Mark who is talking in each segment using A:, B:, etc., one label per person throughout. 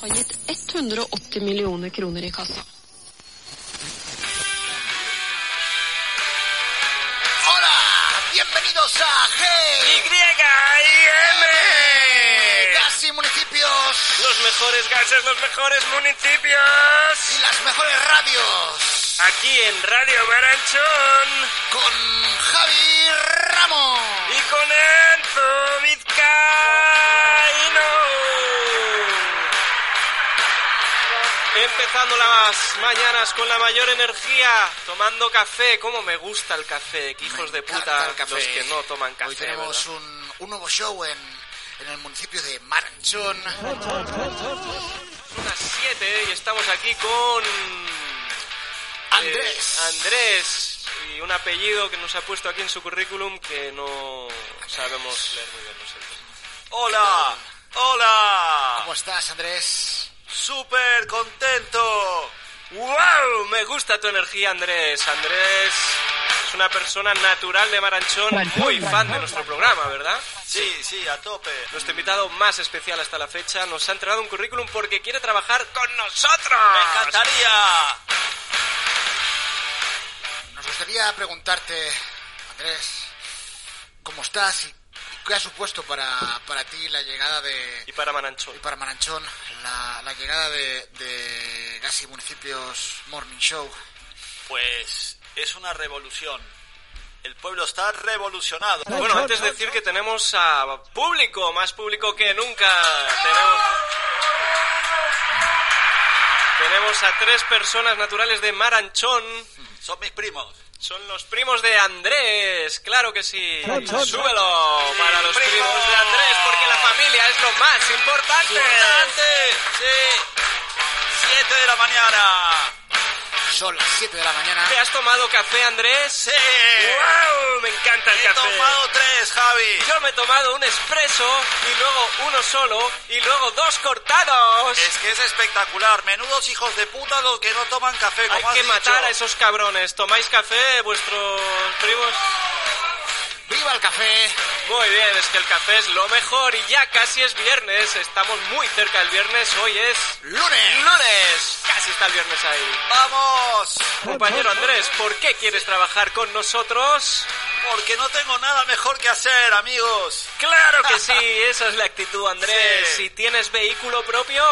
A: har gitt 180 millioner kroner i kassa.
B: ¡Hola! Bienvenidos a G.
C: YIM.
B: Gas y municipios
C: Los mejores gases, los mejores municipios.
B: y las mejores radios
C: Aquí en Radio Baranchón
B: con Javi Ramos.
C: y con Enzo Vizcaíno. Empezando las mañanas con la mayor energía, tomando café. ¿Cómo me gusta el café? Que hijos de
B: Me encanta
C: puta
B: el café.
C: los que no toman café.
B: Hoy tenemos
C: ¿verdad?
B: un, un nuevo show en, en el municipio de Maranchón.
C: Son las 7 y estamos aquí con
B: Andrés.
C: Eh, Andrés. Y un apellido que nos ha puesto aquí en su currículum que no sabemos leer muy bien nosotros. ¡Hola! ¡Hola!
B: ¿Cómo estás, Andrés?
C: ¡Súper contento! ¡Wow! Me gusta tu energía, Andrés. Andrés es una persona natural de Maranchón, muy fan de nuestro programa, ¿verdad?
D: Sí, sí, a tope.
C: Nuestro invitado más especial hasta la fecha nos ha entregado un currículum porque quiere trabajar con nosotros.
D: ¡Me encantaría!
B: Nos gustaría preguntarte, Andrés, ¿cómo estás y, y qué ha supuesto para, para ti la llegada de,
C: Y para Maranchón.
B: Y para Maranchón, la, la llegada de, de Gas y Municipios Morning Show.
D: Pues es una revolución. El pueblo está revolucionado.
C: Bueno, antes de decir que tenemos a público, más público que nunca. Tenemos, tenemos a tres personas naturales de Maranchón.
D: Son mis primos.
C: Son los primos de Andrés, claro que sí. Súbelo para los
D: Primo.
C: primos de Andrés, porque la familia es lo más importante.
D: ¡Importante! ¡Sí! ¡Siete de la mañana!
B: Son las 7 de la mañana.
C: ¿Te has tomado café, Andrés?
D: ¡Sí!
C: ¡Wow! Me encanta el
D: He
C: café.
D: tomado tres, Javi.
C: Yo me he tomado un expreso y luego uno solo y luego dos cortados.
D: Es que es espectacular. Menudos hijos de puta los que no toman café,
C: Hay
D: como has
C: que
D: dicho.
C: matar a esos cabrones. ¿Tomáis café vuestros primos?
B: ¡Viva el café!
C: Muy bien, es que el café es lo mejor y ya casi es viernes. Estamos muy cerca del viernes. Hoy es
B: ¡Lunes!
C: lunes. Casi está el viernes ahí.
D: ¡Vamos!
C: Compañero Andrés, ¿por qué quieres trabajar con nosotros?
D: Porque no tengo nada mejor que hacer, amigos.
C: Claro que sí, esa es la actitud, Andrés.
D: Sí.
C: Si tienes vehículo propio,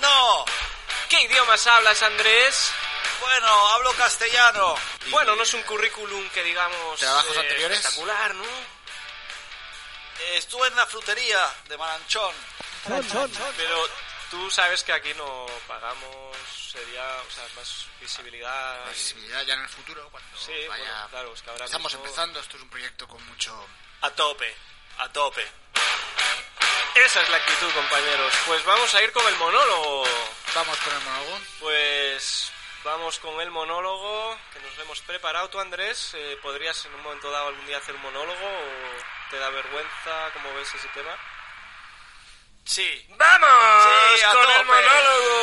D: ¡No!
C: ¿qué idiomas hablas, Andrés?
D: Bueno, hablo castellano.
C: Bueno, no es un currículum que digamos eh,
B: ¿Trabajos anteriores?
C: espectacular, ¿no?
D: Eh, Estuve en la frutería de Maranchón.
C: Pero tú sabes que aquí no pagamos, sería o sea, más visibilidad. y-
B: Pues ya, ya en el futuro, cuando
C: Sí,
B: vaya...
C: bueno, claro, es que ahora
B: Estamos
C: mismo-
B: empezando, esto es un proyecto con mucho...
D: A tope, a tope.
C: Esa es la actitud, compañeros. Pues vamos a ir con el monólogo.
B: Vamos con el monólogo.
C: Pues vamos con el monólogo que nos hemos preparado. Tú, Andrés, eh, ¿podrías en un momento dado algún día hacer un monólogo o te da vergüenza? ¿Cómo ves ese tema?
D: Sí.
C: ¡Vamos
D: con el
C: monólogo!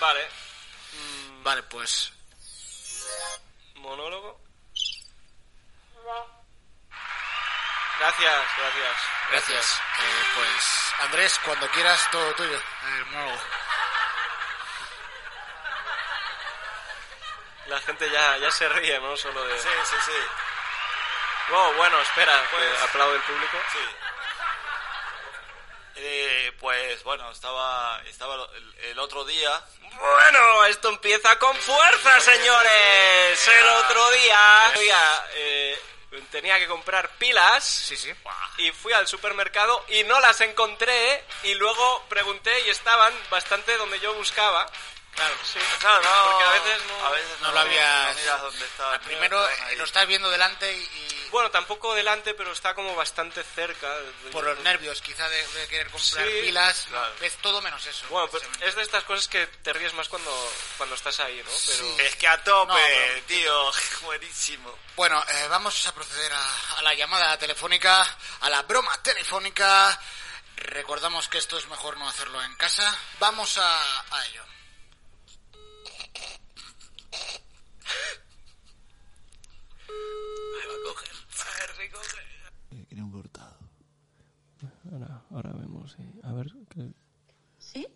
C: Vale.
B: Vale, pues...
C: Monólogo. Gracias, gracias.
B: Gracias. Eh, pues, Andrés, cuando quieras, todo tuyo. El monólogo.
C: La gente ya, ya se ríe, ¿no? Solo de...
D: Sí, sí, sí.
C: Wow, bueno, espera, que
D: Pues-
C: aplaude el público.
D: sí. Eh, pues bueno, estaba, estaba el, el otro día.
C: Bueno, esto empieza con fuerza, señores. El otro día... Oiga, eh, tenía que comprar pilas
B: Sí, sí.
C: y fui al supermercado y no las encontré y luego pregunté y estaban bastante donde yo buscaba.
B: Claro.
E: Sí.
F: Claro, no,
E: Porque a veces no-
F: a veces
B: No lo habías.
F: no miras dónde está.
B: Primero
F: Ahí.
B: eh, lo estás viendo delante y, y
E: Bueno, tampoco delante, pero está como bastante cerca.
B: por los nervios, quizá de, de querer comprar
E: Sí,
B: pilas,
F: claro.
B: ves todo menos eso.
E: Bueno, pero
B: precisamente.
E: es de estas cosas que te ríes más cuando, cuando estás ahí, ¿no? Pero...
F: Es que a tope,
B: No, pero-
F: tío. Buenísimo.
B: Bueno, eh, vamos a proceder a, a la llamada telefónica, a la broma telefónica. Recordamos que esto es mejor no hacerlo en casa. Vamos a, a ello.
C: Ahora, ahora vemos, sí. A ver. que-
G: ¿Sí?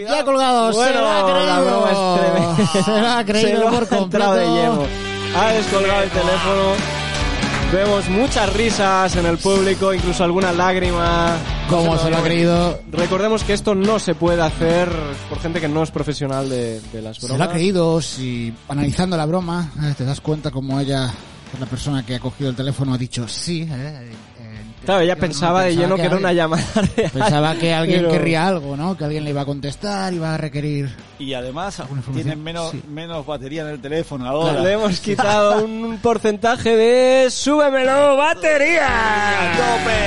A: Ya ha colgado, se lo ha
C: Bueno,
A: creído.
C: la broma es tremenda.
A: Se lo ha creído
C: Se lo
A: por
C: ha entrado de
A: completo.
C: llevo. Ha descolgado el teléfono. Vemos muchas risas en el público, incluso alguna lágrima.
A: Como se lo ha creído.
C: Recordemos que esto no se puede hacer por gente que no es profesional de, de las bromas.
A: Se
B: Lo ha creído, si analizando la broma, eh, te das cuenta como ella, la persona que ha cogido el teléfono, ha dicho sí. eh, eh,
C: Claro, ella
B: yo no
C: pensaba de lleno que, era una
B: alguien-
C: llamada real.
B: Pensaba que alguien
C: Pero-
B: querría algo, ¿no? Que alguien le iba a contestar, iba a requerir...
D: Y además
B: ¿Alguna información?
D: tienen menos,
B: Sí.
D: menos batería en el teléfono
C: Le
D: ahora.
C: hemos quitado un porcentaje de súbemelo batería.
D: ¡A tope!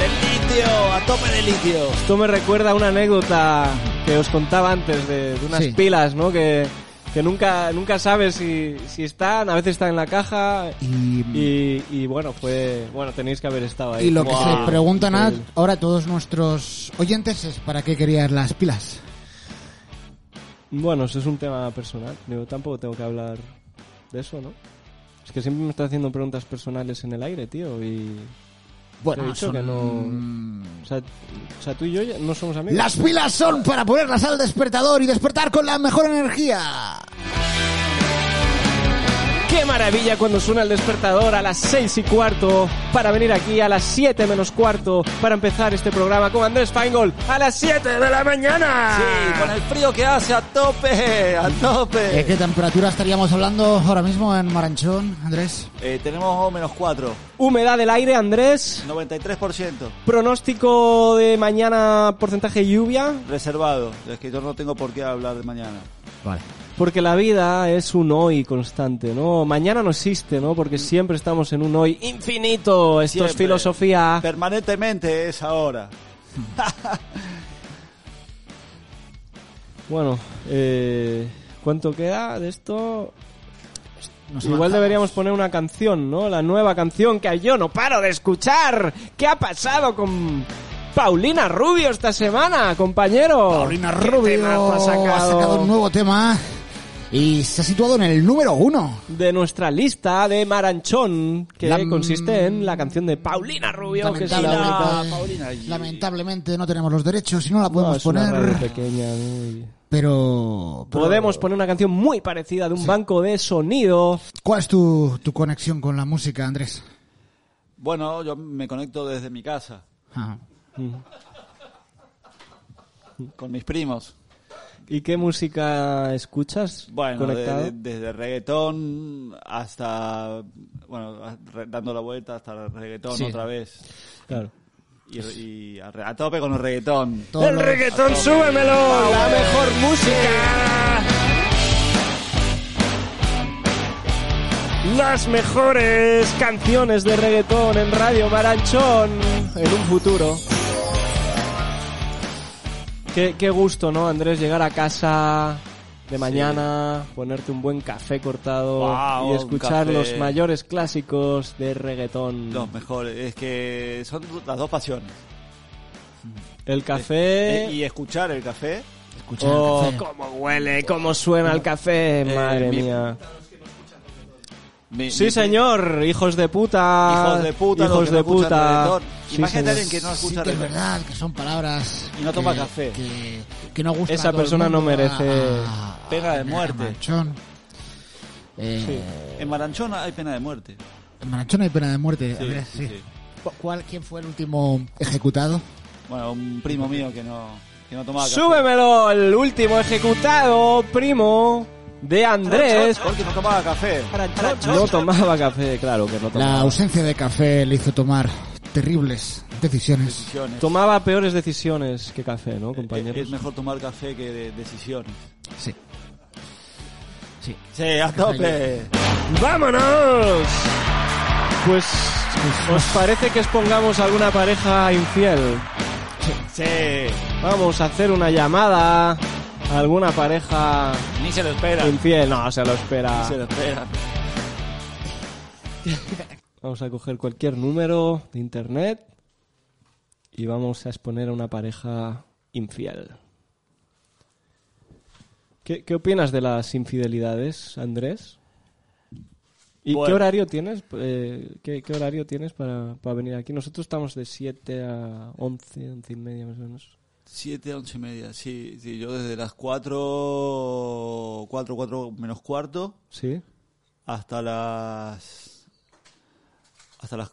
D: ¡Del litio! ¡A tope de litio!
C: Esto me recuerda a una anécdota que os contaba antes de, de unas
B: Sí.
C: pilas, ¿no? Que, que nunca, nunca sabes si, si están, a veces están en la caja.
B: Y,
C: Y, y bueno, fue. Bueno, tenéis que haber estado ahí.
B: y lo que
C: Wow.
B: se preguntan a-
C: Sí.
B: ahora todos nuestros oyentes es para qué querías las pilas.
C: Bueno, eso es un tema personal. Yo tampoco tengo que hablar de eso, ¿no? Es que siempre me está haciendo preguntas personales en el aire, tío. Y.
D: Ah,
C: Te he dicho que
D: mm.
C: no- O sea, o sea, tú y yo ya no somos amigos.
B: Las pilas son para ponerlas al despertador y despertar con la mejor energía.
C: Qué maravilla cuando suena el despertador a las 6 y cuarto para venir aquí a las 7 menos cuarto para empezar este programa con Andrés Feingold a las 7 de la mañana.
D: Sí, con el frío que hace, a tope, a tope.
B: ¿De qué temperatura estaríamos hablando ahora mismo en Maranchón, Andrés?
D: Eh, tenemos menos 4,
C: Humedad del aire, Andrés.
D: 93%
C: Pronóstico de mañana porcentaje de lluvia.
D: reservado. Es que yo no tengo por qué hablar de mañana.
B: Vale.
C: Porque la vida es un hoy constante, ¿no? Mañana no existe, ¿no?
B: Mm.
C: Porque siempre estamos en un hoy infinito. Esto es
D: Siempre.
C: filosofía.
B: Ah.
D: Permanentemente es ahora.
C: Bueno, eh, ¿cuánto queda de esto?
B: Nos
C: Igual
B: avanzamos.
C: deberíamos poner una canción, ¿no? La nueva canción que yo no paro de escuchar. ¿Qué ha pasado con Paulina Rubio esta semana, compañero?
B: Paulina
C: ¿Qué
B: Rubio
C: temazo
B: ha sacado? un nuevo tema y se ha situado en el número uno.
C: de nuestra lista de Maranchón, que
B: La-
C: consiste en la canción de Paulina Rubio, que es la...
B: Lamentablemente, lamentablemente no tenemos los derechos y no la
C: No,
B: podemos
C: es una radio
B: poner,
C: pequeña, ¿no? Y-
B: pero...
C: Podemos poner una canción muy parecida de un banco de sonido.
B: ¿Cuál es tu, tu conexión con la música, Andrés?
D: Bueno, yo me conecto desde mi casa
B: Ah.
D: con mis primos.
C: ¿Y qué música escuchas?
D: Bueno, de-
C: conectado?
D: de- desde reggaetón hasta. Bueno, a- re- dando la vuelta hasta reggaetón
B: Sí.
D: otra vez.
C: Claro.
D: Y, y a, re- a tope con el reggaetón.
B: Todos los-
C: reggaetón, súbemelo, la mejor música. Las mejores canciones de reggaetón en Radio Maranchón en un futuro. Qué, qué gusto, ¿no, Andrés? Llegar a casa de mañana, ponerte un buen café cortado
D: Guau,
C: y
D: un
C: escuchar
D: café.
C: los mayores clásicos de reggaetón.
D: Los mejores. Es que son las dos pasiones.
C: El café...
D: Eh, y escuchar el café.
B: Escucha el
C: Oh,
B: café.
C: cómo huele, cómo suena el café, madre
D: mi-
C: mía.
D: Mi-
C: Sí,
D: mi-
C: señor, hijos de puta.
D: Hijos de puta, los
C: hijos
D: que no
C: de
D: escuchan
C: puta.
D: reggaetón.
C: Sí,
D: Imagínate a
C: señor.
D: alguien que no
B: Sí
D: escucha
B: que es
D: reggaetón.
B: verdad que son palabras
D: Y no toma
B: que-
D: café.
B: que, que no gusta
C: Esa persona no merece
D: pena de muerte.
B: Manchón.
H: Eh,
D: En Maranchón hay pena de muerte.
B: En Manchón hay pena de muerte. a ver, sí.
D: sí.
B: ¿Cu- cuál- ¿Quién fue el último ejecutado?
D: Bueno, un primo mío que no, que no tomaba café.
C: Súbemelo, el último ejecutado, primo de Andrés.
D: Porque no tomaba café.
C: No tomaba café, claro que no
B: La
C: tomaba.
B: ausencia de café le hizo tomar terribles
H: Decisiones.
D: Decisiones.
C: Tomaba peores decisiones que café, ¿no, compañeros?
D: Es mejor tomar café que de- decisiones.
H: Sí. Sí.
D: Sí, a tope.
C: ¡Vámonos! Pues, ¿os parece que expongamos alguna pareja infiel? Sí. Vamos a hacer una llamada a alguna pareja
D: Ni se lo espera.
C: infiel. No, se lo espera.
D: Se lo espera.
C: Vamos a coger cualquier número de internet y vamos a exponer a una pareja infiel. ¿Qué, qué opinas de las infidelidades, Andrés? ¿Y qué
D: Bueno.
C: horario tienes? eh, ¿qué, qué horario tienes para, para venir aquí? Nosotros estamos de 7 a 11, 11 y media más o menos.
D: 7 a 11 y media, sí, sí, yo desde las 4, 4, 4 menos cuarto
C: ¿Sí?
D: hasta las hasta las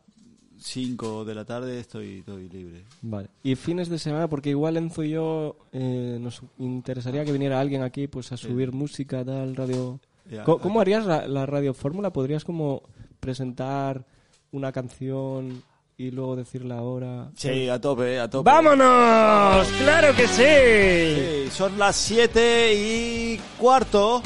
D: 5 de la tarde estoy, estoy libre.
C: Vale. Y fines de semana, porque igual Enzo y yo eh, nos interesaría que viniera alguien aquí pues a subir música, tal, radio...
D: Ya.
C: Co- ¿Cómo, harías la, la radio fórmula? ¿Podrías como presentar una canción y luego decirla ahora?
D: Sí, a tope, eh, a tope.
C: ¡Vámonos! ¡Claro que sí!
D: Sí, son las 7 y cuarto.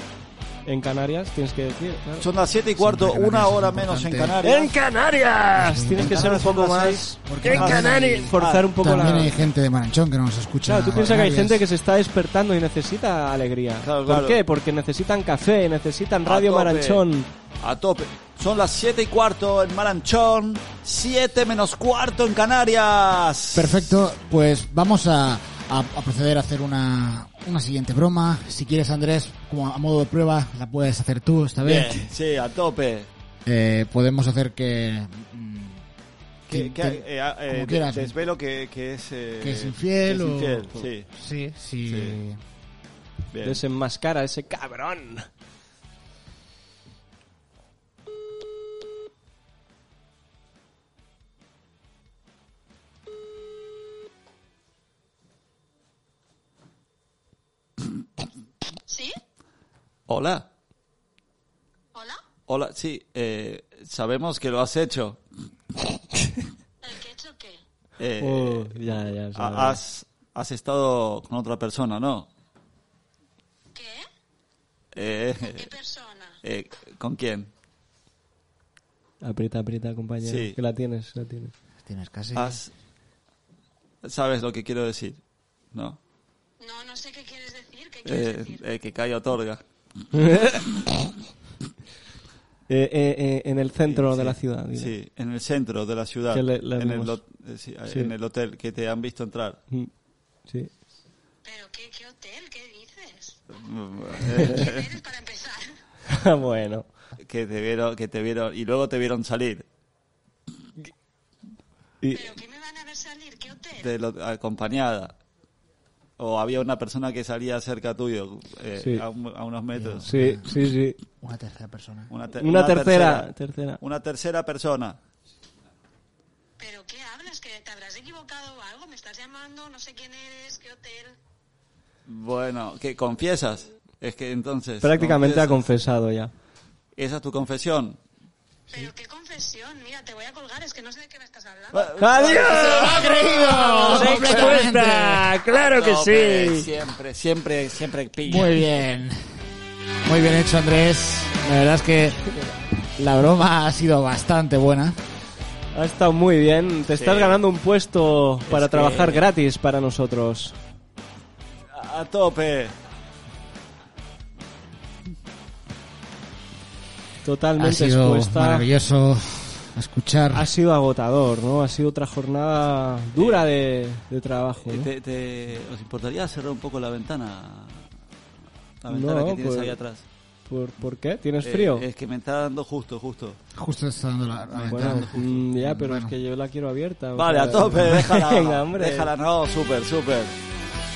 C: En Canarias tienes que decir... claro.
D: Son las 7 y cuarto,
H: Canarias
D: una
H: es
D: hora menos
H: importante.
D: en Canarias.
C: Canarias! Tienes que ser un
D: Ahora son
C: poco
D: las
C: más...
D: seis,
H: porque
C: ¡En
H: también-
C: Canarias! Forzar un poco
H: También hay
C: la...
H: gente de Maranchón que no nos escucha.
C: Claro, tú piensas que hay
H: Canarias.
C: gente que se está despertando y necesita alegría.
D: Claro,
C: ¿Por
D: claro.
C: qué? Porque necesitan café, necesitan
D: A
C: Radio
D: tope.
C: Maranchón.
D: A tope. Son las 7 y cuarto en Maranchón, 7 menos cuarto en Canarias.
H: Perfecto, pues vamos a, a- a proceder a hacer una, una siguiente broma. Si quieres, Andrés, como a modo de prueba, la puedes hacer tú esta vez.
D: Bien, sí, a tope.
H: Eh, podemos hacer que... mm,
D: Que, que,
H: que- que-
D: eh, ah, eh,
H: como
D: de-
H: quieras.
D: Desvelo que, que es... eh,
H: que es infiel
D: que
H: o...
D: es infiel, sí.
H: Sí, sí.
D: Sí. Bien.
C: Desenmascara a ese cabrón.
G: ¿Sí?
D: Hola,
G: ¿Hola?
D: hola, sí, eh, sabemos que lo has hecho.
G: ¿El que he hecho qué?
D: Eh,
C: Oh, ya, ya, ya.
D: ha- has, has estado con otra persona, ¿no?
G: ¿Qué?
D: Eh,
G: ¿Qué persona?
D: eh, ¿Con quién?
C: Aprieta, aprieta, compañero.
D: Sí.
C: Que la tienes, la tienes.
H: Tienes casi...
D: Has- ¿Sabes lo que quiero decir? ¿No?
G: No, no sé qué quieres decir. ¿Qué quieres
D: Eh,
G: decir?
D: eh, que calla otorga.
C: Eh, eh, eh, en el centro de la ciudad. dile.
D: Sí, en el centro de la ciudad.
C: Que le- le
D: en, el
C: vemos.
D: lo- eh, sí,
C: Sí.
D: en el hotel que te han visto entrar.
C: Mm, sí.
G: ¿Pero qué, qué hotel? ¿Qué dices?
D: Eh,
G: ¿Quién eres para empezar?
C: Ah, bueno.
D: que te vieron, que te vieron, y luego te vieron salir.
C: Y,
G: ¿Pero qué me van a ver salir? ¿Qué hotel?
D: Te lo- acompañada. O había una persona que salía cerca tuyo, eh,
C: Sí.
D: a, un- a unos metros.
C: sí, sí, sí.
H: Una tercera persona.
D: Una, te-
C: Una tercera, tercera.
D: Una tercera persona.
G: ¿Pero qué hablas? ¿Que te habrás equivocado o algo? ¿Me estás llamando? No sé quién eres. ¿Qué hotel?
D: Bueno, que confiesas. Es que entonces.
C: Prácticamente ha
D: confiesas.
C: confesado ya.
D: Esa es tu confesión.
G: Pero qué confesión. Mira, te voy a colgar. Es que no sé de qué me estás hablando.
C: ¡Adiós! Oh,
H: Completamente.
C: ¡Claro que
D: Tope,
C: sí!
D: Siempre, siempre, siempre pilla.
H: Muy bien. Muy bien hecho, Andrés. La verdad es que la broma ha sido bastante buena.
C: Ha estado muy bien. Te estás ganando un puesto para trabajar gratis para nosotros.
D: A tope.
H: Ha
C: Totalmente
H: sido
C: expuesta.
H: maravilloso escuchar.
C: Ha sido agotador, ¿no? Ha sido otra jornada dura de, de trabajo.
D: Eh,
C: ¿no?
D: te- te- ¿Os importaría cerrar un poco la ventana? La ventana
C: No,
D: que tienes
C: pues,
D: ahí atrás.
C: ¿Por, por qué? ¿Tienes
D: Eh,
C: frío?
D: es que me está dando justo, justo.
H: Justo está dando la, la
C: bueno,
H: ventana.
C: mm, ya, pero
H: Bueno.
C: es que yo la quiero abierta. o
D: Vale,
C: sea,
D: a tope, déjala.
C: Venga, hombre.
D: Déjala, no, súper, súper.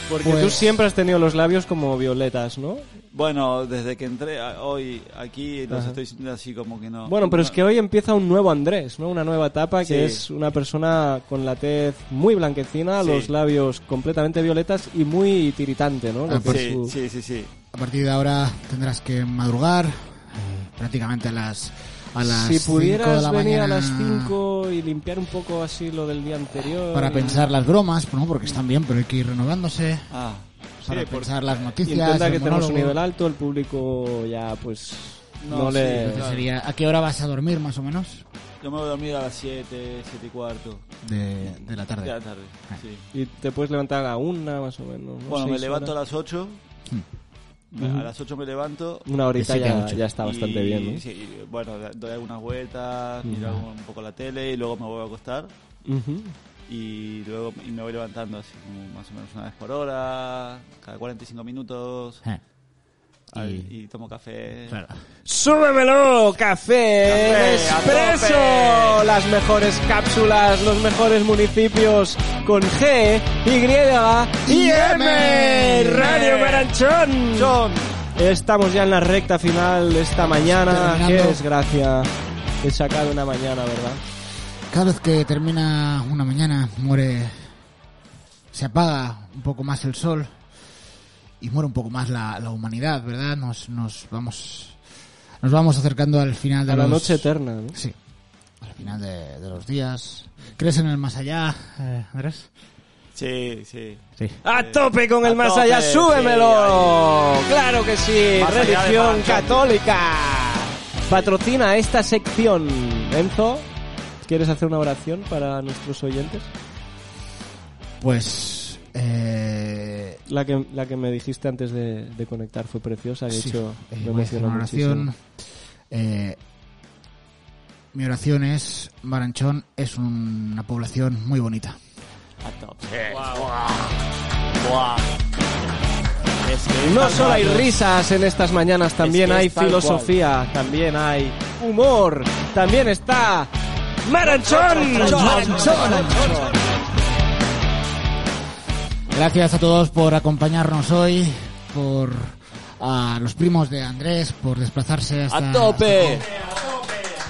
C: Porque tú
H: Pues-
C: siempre has tenido los labios como violetas, ¿no?
D: Bueno, desde que entré a- hoy aquí los
C: Ajá.
D: estoy sintiendo así como que no.
C: Bueno, pero es
D: no-
C: que hoy empieza un nuevo Andrés, ¿no? Una nueva etapa que
D: Sí.
C: es una persona con la tez muy blanquecina,
D: Sí.
C: los labios completamente violetas y muy tiritante, ¿no? Lo que
H: Ah,
C: es
D: pues Sí,
C: su-
D: sí, sí, sí.
H: A partir de ahora tendrás que madrugar, eh, prácticamente a las a las
C: si
H: cinco
C: pudieras
H: de la
C: venir
H: mañana
C: a las 5 y limpiar un poco así lo del día anterior.
H: para
C: y-
H: pensar las bromas, pues ¿no? porque están bien, pero hay que ir renovándose
D: Ah,
H: para
C: porque
H: pensar las noticias.
C: Intenta
H: el
C: que tenemos un
H: monólogo.
C: nivel alto, el público ya pues no,
D: No, sí,
C: le...
H: Entonces sería, ¿A qué hora vas a dormir más o menos?
D: yo me voy a dormir a las 7, 7 y cuarto.
H: De, de la tarde.
D: De la tarde, sí.
C: Y te puedes levantar a una más o menos. ¿no?
D: Bueno, me
C: Seis
D: levanto
C: horas.
D: a las 8. A las 8 me levanto.
C: Una horita
H: De siete a
C: ya,
H: ocho.
C: ya está bastante
D: y-
C: bien, ¿no?
D: sí, y, bueno, da- doy algunas vueltas, miro algún- un poco la tele y luego me voy a acostar.
C: Ujú.
D: Y luego y me voy levantando así como más o menos una vez por hora, cada 45 minutos.
H: Eh,
D: al-
H: y-
D: y... tomo café.
H: claro.
C: ¡Súbemelo! ¡Café!
D: ¡Café, a
C: ¡Expreso!
D: tope!
C: Las mejores cápsulas, los mejores municipios con G, Y y M. Radio Maranchón. Estamos ya en la recta final de esta mañana.
H: Terminando.
C: ¡Qué desgracia! He sacado una mañana, ¿verdad?
H: Cada vez que termina una mañana, muere. Se apaga un poco más el sol y muere un poco más la, la humanidad, ¿verdad? Nos, nos vamos. Nos vamos acercando al final de
C: A la
H: los-
C: noche eterna, ¿no?
H: Sí, al final de, de los días. ¿Crees en el más allá, eh, Andrés?
D: Sí, sí.
H: Sí.
C: A tope con el
D: A
C: más
D: tope,
C: allá,
D: sí,
C: súbemelo. claro que sí,
D: Más allá de
C: religión
D: Maranchón.
C: católica. Patrocina esta sección. Enzo, ¿quieres hacer una oración para nuestros oyentes?
H: Pues. Eh,
C: La que, la que me dijiste antes de, de conectar fue preciosa, de
H: sí,
C: hecho,
H: eh,
C: me
H: voy a hacer
C: emocionó
H: una oración.
C: muchísimo.
H: Eh, mi oración es: Maranchón es un- una población muy bonita.
D: A tope. Buah. Es que
C: No
D: están
C: solo hay
D: raros.
C: risas en estas mañanas, también
D: que es
C: hay
D: tal
C: filosofía, también hay humor, también está Maranchón.
H: Gracias a todos por acompañarnos hoy, por a los primos de Andrés, por desplazarse hasta...
F: ¡A tope!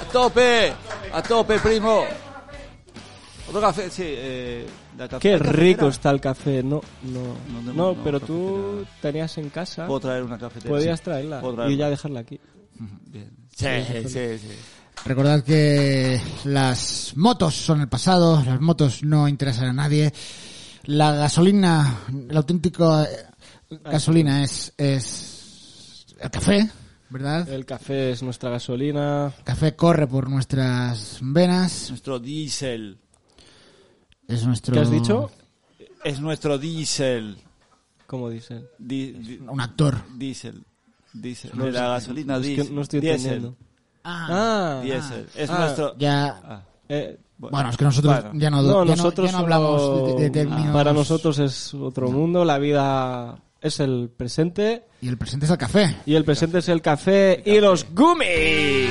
F: ¡A tope! ¡A tope, primo!
D: Otro café, sí. Eh, la café-
C: Qué
D: la cafetera.
C: rico está el café. No, no,
D: No
C: no,
D: tengo- no,
C: pero
D: cafetera.
C: tú tenías en casa,
D: Puedo traer una cafetera.
C: podías
D: Sí.
C: traerla
D: Puedo
C: y
D: traerla.
C: ya dejarla aquí.
D: Bien. Sí, sí, sí.
H: Recordad que las motos son el pasado, las motos no interesan a nadie. La gasolina, la auténtica eh, gasolina es, es el café,
D: Ah.
H: ¿verdad? El
C: El café es nuestra gasolina.
H: café corre por nuestras venas.
D: Nuestro diésel.
H: Es nuestro...
C: ¿Qué has dicho?
D: Es nuestro diésel.
C: Como dicen.
D: Di- di-
H: Un actor.
D: Diésel. Diésel. De la gasolina,
C: es que
D: diésel.
C: no estoy
D: Diésel.
C: entendiendo.
H: Ah,
C: Ah,
D: Diésel. Es
C: Ah.
D: nuestro.
H: ya...
D: Ah,
C: eh,
H: Bueno, es que nosotros
D: Bueno.
H: ya no,
C: no,
H: ya no-
C: nosotros
H: ya no hablamos
C: solo-
H: de, de términos.
C: Para nosotros es otro mundo. La vida es el presente
H: Y el presente es el café.
C: y el presente es el café, y los gummies.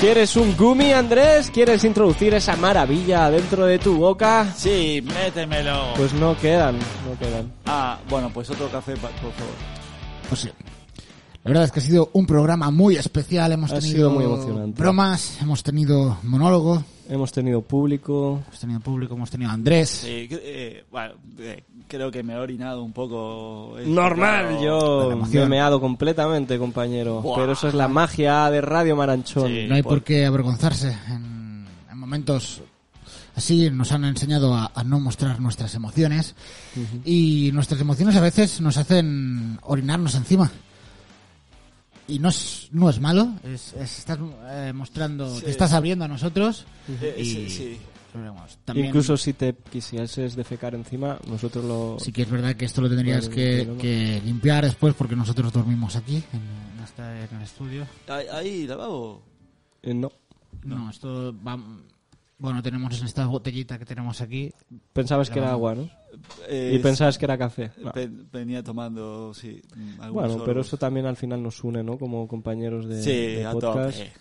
C: ¿Quieres un gummy, Andrés? ¿Quieres introducir esa maravilla dentro de tu boca?
D: Sí, métemelo.
C: Pues no quedan, no quedan.
D: Ah, bueno, pues otro café, pa- por favor.
H: Pues sí. La verdad es que ha sido un programa muy especial. Hemos
C: Ha
H: tenido
C: sido muy emocionante.
H: bromas, hemos tenido monólogo,
C: Hemos tenido público.
H: hemos tenido público, hemos tenido a Andrés.
D: Sí, cre- eh, bueno, eh, creo que me he orinado un poco. eh,
C: Normal,
D: pero-
H: la
C: yo me he
H: emoción.
C: meado completamente, compañero. Pero eso es la magia de Radio Maranchón.
D: Sí.
H: no hay por
D: por-
H: qué avergonzarse. En, en momentos así nos han enseñado a, a no mostrar nuestras emociones. Y nuestras emociones a veces nos hacen orinarnos encima. Y no es, no es malo, es, es- estás eh, mostrando, te estás abriendo a nosotros.
D: Eh,
H: y,
D: sí, sí.
H: digamos, también-
C: Incluso si te quisieses defecar encima, nosotros lo...
H: Sí que es verdad que esto lo tendrías
C: Bueno,
H: que,
C: pero no.
H: que limpiar después porque nosotros dormimos aquí, en, en este- en el estudio.
D: Ahí, ahí, lavabo.
C: eh, no.
H: No, esto va... Bueno, tenemos esta botellita que tenemos aquí.
C: Pensabas que era agua, ¿no?
D: Eh,
C: Y pensabas que era café. No.
D: pe- venía tomando, sí. mm, algunos
C: Bueno, pero
D: sorbos.
C: eso también al final nos une, ¿no? Como compañeros de,
D: Sí,
C: de
D: a
C: podcast.
D: tope.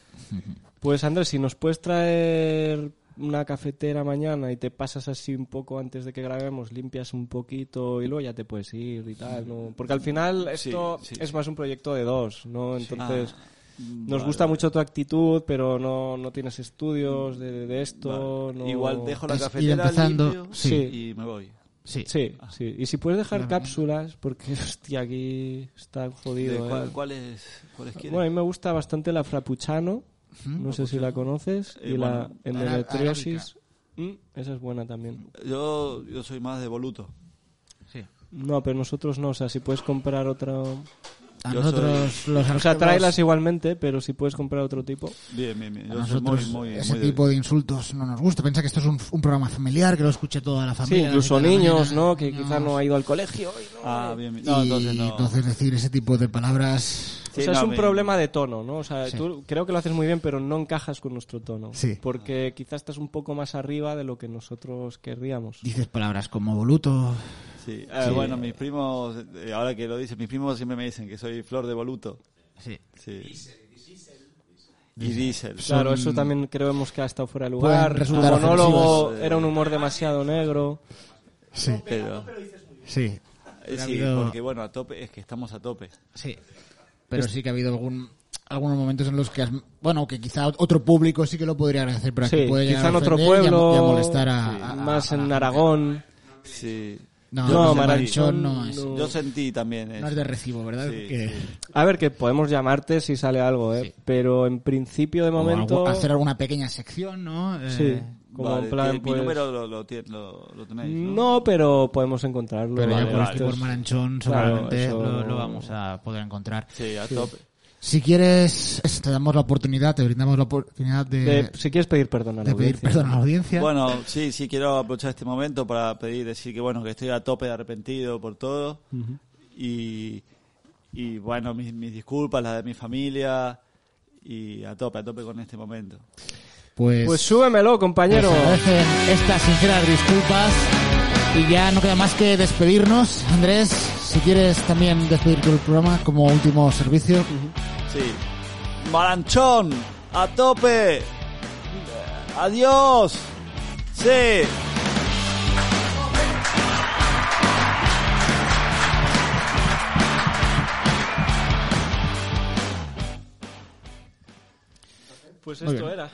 C: Pues Andrés, si nos puedes traer una cafetera mañana y te pasas así un poco antes de que grabemos, limpias un poquito y luego ya te puedes ir y tal, ¿no? Porque al final esto
D: sí,
C: es más un proyecto de dos, ¿no? Entonces...
D: Ah,
C: Nos
D: vale,
C: gusta
D: vale.
C: mucho tu actitud, pero no, no tienes estudios de, de esto.
D: Vale.
C: no-
D: Igual dejo la
H: Es ir
D: cafetera
H: empezando,
D: limpio
C: sí.
D: y Ah. me voy.
H: Sí.
C: Sí, sí. Y si puedes dejar cápsulas, porque hostia, aquí está
D: ¿De
C: jodido.
D: cuál,
C: ¿eh?
D: ¿Cuáles cuáles quieres?
C: Bueno, a mí me gusta bastante la Frappuccino, no sé si la conoces,
D: Eh,
C: y la
D: bueno.
C: endometriosis. Mm, Esa es buena también.
D: yo, yo soy más de voluto.
H: Sí.
C: No, pero nosotros no, o sea, si puedes comprar otro...
H: A
D: Yo
H: nosotros los
C: O sea,
H: arqueros-
C: tráelas igualmente, pero si puedes comprar otro tipo.
D: Bien, bien, bien.
H: a
D: Yo soy muy,
H: nosotros
D: muy,
H: ese
D: muy de-
H: tipo de insultos no nos gusta. Piensa que esto es un, un programa familiar, que lo escuche toda la
C: Sí,
H: familia.
C: incluso
H: de la
C: niños,
H: mañana.
C: ¿no? Que quizá no ha ido al colegio. y no-
D: Ah, bien, bien.
H: Y
D: No, entonces no.
H: decir ese tipo de palabras...
D: Sí,
C: o sea, es
D: no,
C: un
D: me-
C: problema de tono, ¿no? O sea,
H: Sí.
C: tú creo que lo haces muy bien, pero no encajas con nuestro tono.
H: Sí.
C: Porque quizás estás un poco más arriba de lo que nosotros querríamos.
H: Dices palabras como voluto.
D: Sí. Ah, Bueno, mis primos, eh, ahora que lo dicen, mis primos siempre me dicen que soy flor de voluto.
H: Sí.
D: Sí. Y diésel.
C: Claro, eso también creemos que ha estado fuera de
H: Pueden
C: lugar. El
H: resultar
C: monólogo
D: ofensivas, eh.
C: era un humor demasiado negro.
H: Sí.
D: Pero,
H: Sí.
D: eh,
H: Ha
D: sí,
H: habido-
D: porque bueno, a tope, es que estamos a tope.
H: Sí. Pero sí que ha habido algún algunos momentos en los que has- bueno que quizá ototro público sí que lo podría agradecer pero aquí
C: Sí,
H: puede llegar
C: quizá en
H: a
C: otro
H: ofender y a-
C: pueblo,
H: y a molestar a, a- a-
C: más
H: a la
C: en
H: gente.
C: Aragón.
D: Sí.
H: no,
C: No,
H: no,
C: Maranchón
H: no es
C: no.
D: Yo sentí también eso.
H: no es de recibo verdad
D: Sí,
H: Que-
C: A ver, que podemos llamarte si sale algo, ¿eh? Pero en principio, de
H: o
C: momento...
H: algo- hacer alguna pequeña sección no Eh,
C: Sí, como
D: Vale,
C: en plan,
D: tiene-
C: pues...
D: Mi número lo, lo, tie- lo- lo tenéis, ¿no?
C: No, pero podemos encontrarlo.
H: pero
C: Vale,
H: ya por, este,
C: vale.
H: por Maranchón
C: Claro,
H: seguramente
C: eso-
H: lo, lo vamos a poder encontrar
D: Sí, a tope.
H: si quieres es- te damos la oportunidad te brindamos la oportunidad de,
C: De- Eh, si quieres pedir perdón a la
H: de pedir
C: audiencia.
H: perdón a la audiencia
D: Bueno, sí, sí, quiero aprovechar este momento para pedir, decir que bueno, que estoy a tope de arrepentido por todo. y, y bueno, mis, mis disculpas, las de mi familia. Y a tope, a tope con este momento.
H: pues
C: Pues súbemelo,
H: Pues
C: compañero.
H: agradecen estas sinceras disculpas y ya no queda más que despedirnos. Andrés, si quieres también despedir tu programa como último servicio.
D: Sí. Maranchón, a tope. Adiós. Sí.
C: Pues
H: Muy bien.
C: era.